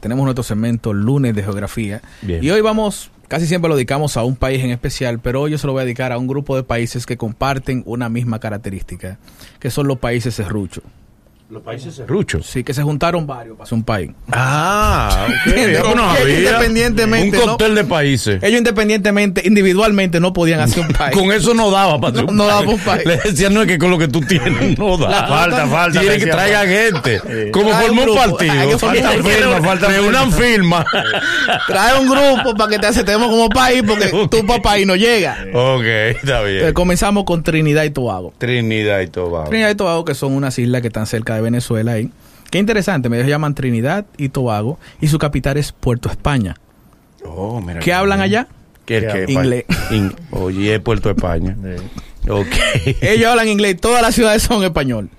tenemos nuestro segmento lunes de geografía. Y hoy vamos, casi siempre lo dedicamos a un país en especial, pero hoy yo se lo voy a dedicar a un grupo de países que comparten una misma característica, que son los países serruchos. Rucho. Sí, que se juntaron varios para hacer un país. Ah, ok. Entiendo. Ya pues no Porque sabía. independientemente, Un ¿no? Eh, cóctel de países. Ellos independientemente, individualmente, no podían hacer un país. Con eso no daba para No, no daba pa' un país. Le decían, no es que con lo que tú tienes no da. La- falta, falta. Tiene que decían. traigan gente. Como Trae formó un un grupo. Hay que partido. formar- Falta firma, falta Reúnan firma. Trae un grupo para que te aceptemos como país, porque tu papá y no llega. ok, está Entonces, bien. comenzamos con Trinidad y Tobago. Trinidad y Tobago. Trinidad y Tobago, que son unas islas que están cerca de Venezuela ahí. Qué interesante, ellos llaman Trinidad y Tobago y su capital es Puerto España. Oh, mira ¿Qué hablan allá? ¿Qué, qué, Inglés. In- Oye, Puerto España. Ok. Ellos hablan inglés, todas las ciudades son español.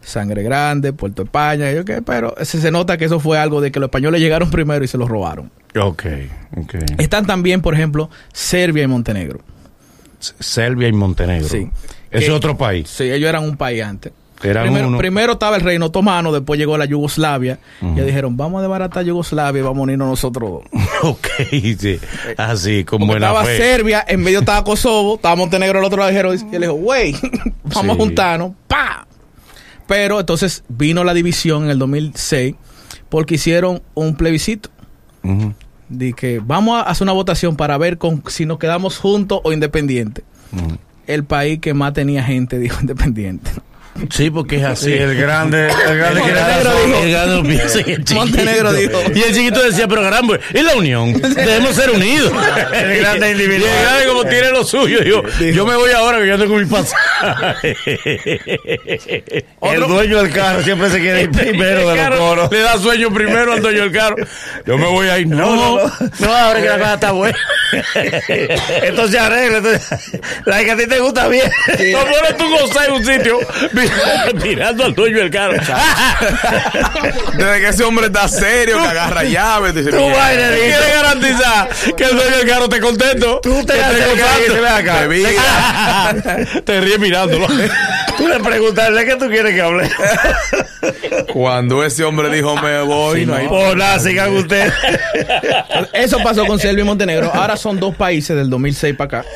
Sangre Grande, Puerto España, yo qué, pero se, se nota que eso fue algo de que los españoles llegaron primero y se los robaron. Ok, ok. Están también, por ejemplo, Serbia y Montenegro. S- Serbia y Montenegro. Sí. Ese es Que- otro país. Sí, ellos eran un país antes. Eran primero, uno. primero estaba el reino otomano, después llegó la Yugoslavia. Y ellos dijeron, vamos a desbaratar Yugoslavia y vamos a unirnos nosotros dos. Ok, sí. Así, con Eh, Porque buena estaba fe. Serbia, en medio estaba Kosovo, estaba Montenegro al otro lado, dijeron, y él dijo, güey, vamos Sí. a juntarnos, pa. Pero entonces vino la división en el 2006 porque hicieron un plebiscito Ujú. de que vamos a hacer una votación para ver con, si nos quedamos juntos o independientes. Mm. El país que más tenía gente dijo independiente. Sí, porque es así. El grande, el grande que era Montenegro solo. dijo. El grande piensa en el chiquito. Montenegro dijo. Y el chiquito decía, pero caramba, es la unión. Debemos ser unidos. El grande individual. Y el grande como tiene lo suyo. Dijo, yo me voy ahora que yo ando con mi pasaje. El dueño del carro siempre se quiere ir primero de los Claro, coros. Este Le da sueño primero al dueño del carro. Yo me voy ahí. No, no, No, ahora que la cosa está buena. Entonces arregla. Entonces, la que a ti te gusta bien. pones tú gozas en un sitio mir- mirando al dueño del carro. Desde que ese hombre está serio, que agarra llaves, dice, Tú vaina, ¿Te dice. quiere garantizar que el dueño del carro te contento? Tú te acercas y dices, "Ven acá". bebida. Te ríes mirándolo. Tú le preguntas, ¿de qué tú quieres que hable? Cuando ese hombre dijo, me voy, no hay- Por nada, sigan ustedes. Eso pasó con Serbia y Montenegro. Ahora son dos países del 2006 para acá.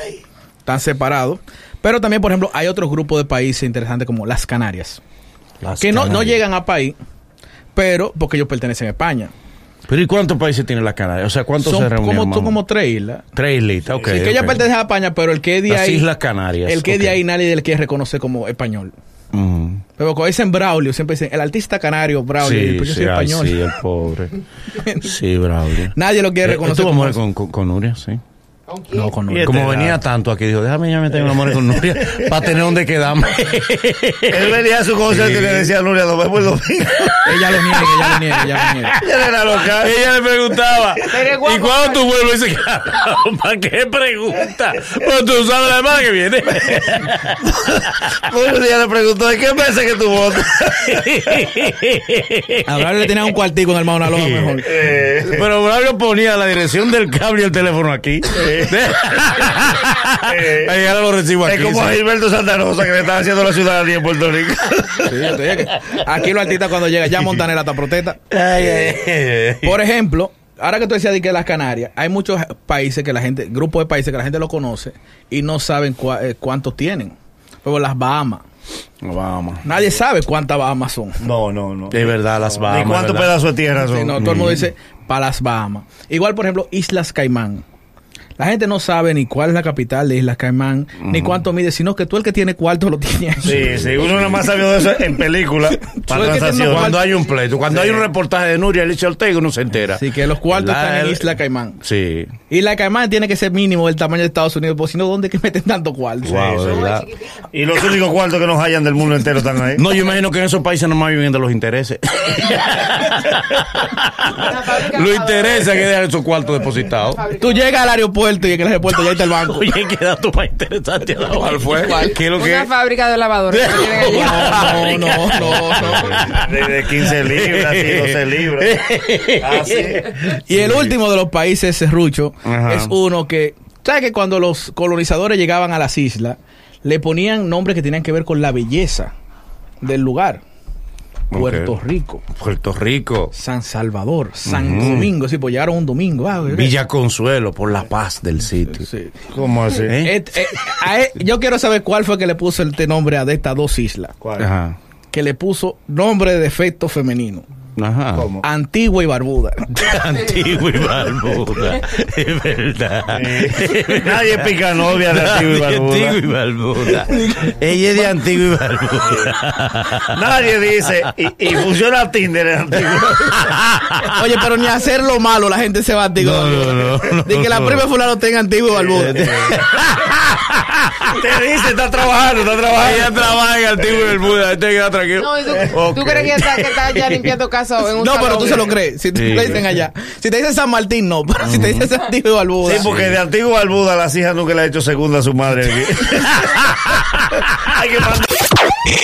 Están separados. Pero también, por ejemplo, hay otros grupos de países interesantes como las Canarias. que no, no llegan a país, pero porque ellos pertenecen a España. Pero ¿y cuántos países tiene la Canarias? O sea, ¿cuántos Son se reunieron? como, son mamá? como tres islas. tres islitas, ok. Sí, que ellas ok. pertenecen a España, pero el que es de Las ahí. Islas Canarias, El que es de ok. ahí nadie le quiere reconocer como español. Mm. Pero cuando dicen Braulio, siempre dicen el artista canario Braulio. y Sí, después yo sí, soy ay, español. sí, el pobre. Sí, Braulio. Nadie lo quiere Eh, reconocer. Tuvo como- amores con, con, con Nuria, sí. No, con Y este Como era- venía tanto aquí, dijo, déjame ya meterme un amor con Nuria para tener donde quedarme. Él venía a su concierto y le decía a Nuria, nos vemos el domingo. Ella lo niega, ella lo niega, ella lo niega. Ella era loca. Ella le preguntaba, ¿y cuándo tú vuelves? Y dice, ¿para qué pregunta? Pues tú sabes la semana que viene. Un día le preguntó, ¿de qué meses que tú votas? A Braulio le tenía un cuartico en el Mauna Loa mejor. Eh. Pero Braulio ponía la dirección del cable y el teléfono aquí. Ahí ahora lo recibo aquí. Eh, Es como a ¿sabes? Gilberto Santa Rosa que le estaba haciendo la ciudadanía en Puerto Rico. Sí, yo te dije que aquí los artistas cuando llega ya Montanera está protesta. Eh. Por ejemplo, ahora que tú decías de que las Canarias, hay muchos países que la gente, grupos de países que la gente lo conoce y no saben cua- eh, cuántos tienen. Luego las Bahamas. Vamos. Nadie sabe cuántas Bahamas son. No, no, no. Es verdad, las ¿Y Bahamas. cuántos ¿verdad? pedazos de tierra Sí, son? no, todo el mundo dice para las Bahamas. Igual, por ejemplo, Islas Caimán. La gente no sabe ni cuál es la capital de Islas Caimán, ni cuánto mide, sino que tú el que tiene cuarto lo tienes. Sí, sí, uno nada más sabido de eso en película. para Suele que transacción. tiene una Cuando cual- hay un pleito, cuando hay un reportaje de Nuria Alicia Ortega, uno se entera. Así que los cuartos La- están en Isla Caimán. Sí. Isla Caimán tiene que ser mínimo del tamaño de Estados Unidos, porque si no, ¿dónde es que meten tanto cuarto? Wow, de verdad. Y los únicos cuartos que nos hallan del mundo entero están ahí. No, yo imagino que en esos países nomás viven de los intereses. Lo interesa que dejar esos cuartos depositados. Tú llegas al aeropuerto y en el aeropuerto ya está el banco. Oye, qué dato más interesante. ha dado. ¿Cuál fue? ¿Qué es lo que Una fábrica de lavadores. que tienen allí. No, no, no, no, no. de, de 15 libras, sí, 12 libras. Y el último de los países serrucho Ajá. es uno que, ¿sabes que cuando los colonizadores llegaban a las islas, le ponían nombres que tenían que ver con la belleza del lugar? Ok. Puerto Rico, Puerto Rico. San Salvador, San Domingo, sí, pues llegaron un domingo. ah, bebé. Villa Consuelo, por la paz del sitio. Sí. ¿Cómo así? Eh, eh, a él- yo quiero saber cuál fue que le puso este nombre a de estas dos islas. Ajá. Que le puso nombre de efecto femenino. Ajá. Antigua y barbuda. Antigua y barbuda. Es verdad. Nadie pica novia de Antigua y Barbuda. Antigua y barbuda. Ella es de Antigua y barbuda. Nadie dice, y, y funciona Tinder en Antigua. y Barbuda. Oye, pero ni hacer lo malo la gente se va a Antigua y No, Eh, no, Barbuda. no, De que la no. prima de fulano tenga Antigua y barbuda. Te dice, está trabajando, está trabajando. Ella trabaja en Antigua y barbuda. Este queda tranquilo. No, ¿y tú, tú Ok. crees que está, que está ya limpiando casa en un No, pero tú salón? se lo crees. Si te Sí. Mm. lo dicen allá. Si te dicen San Martín, no. Pero si te dicen San Antigua y Barbuda. Sí, porque de Antigua y Barbuda las hijas nunca le ha hecho segunda a su madre aquí. Hay que mandar.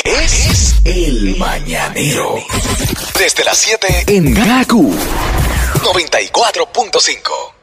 Es el mañanero. Desde las 7 en Gaku 94.5.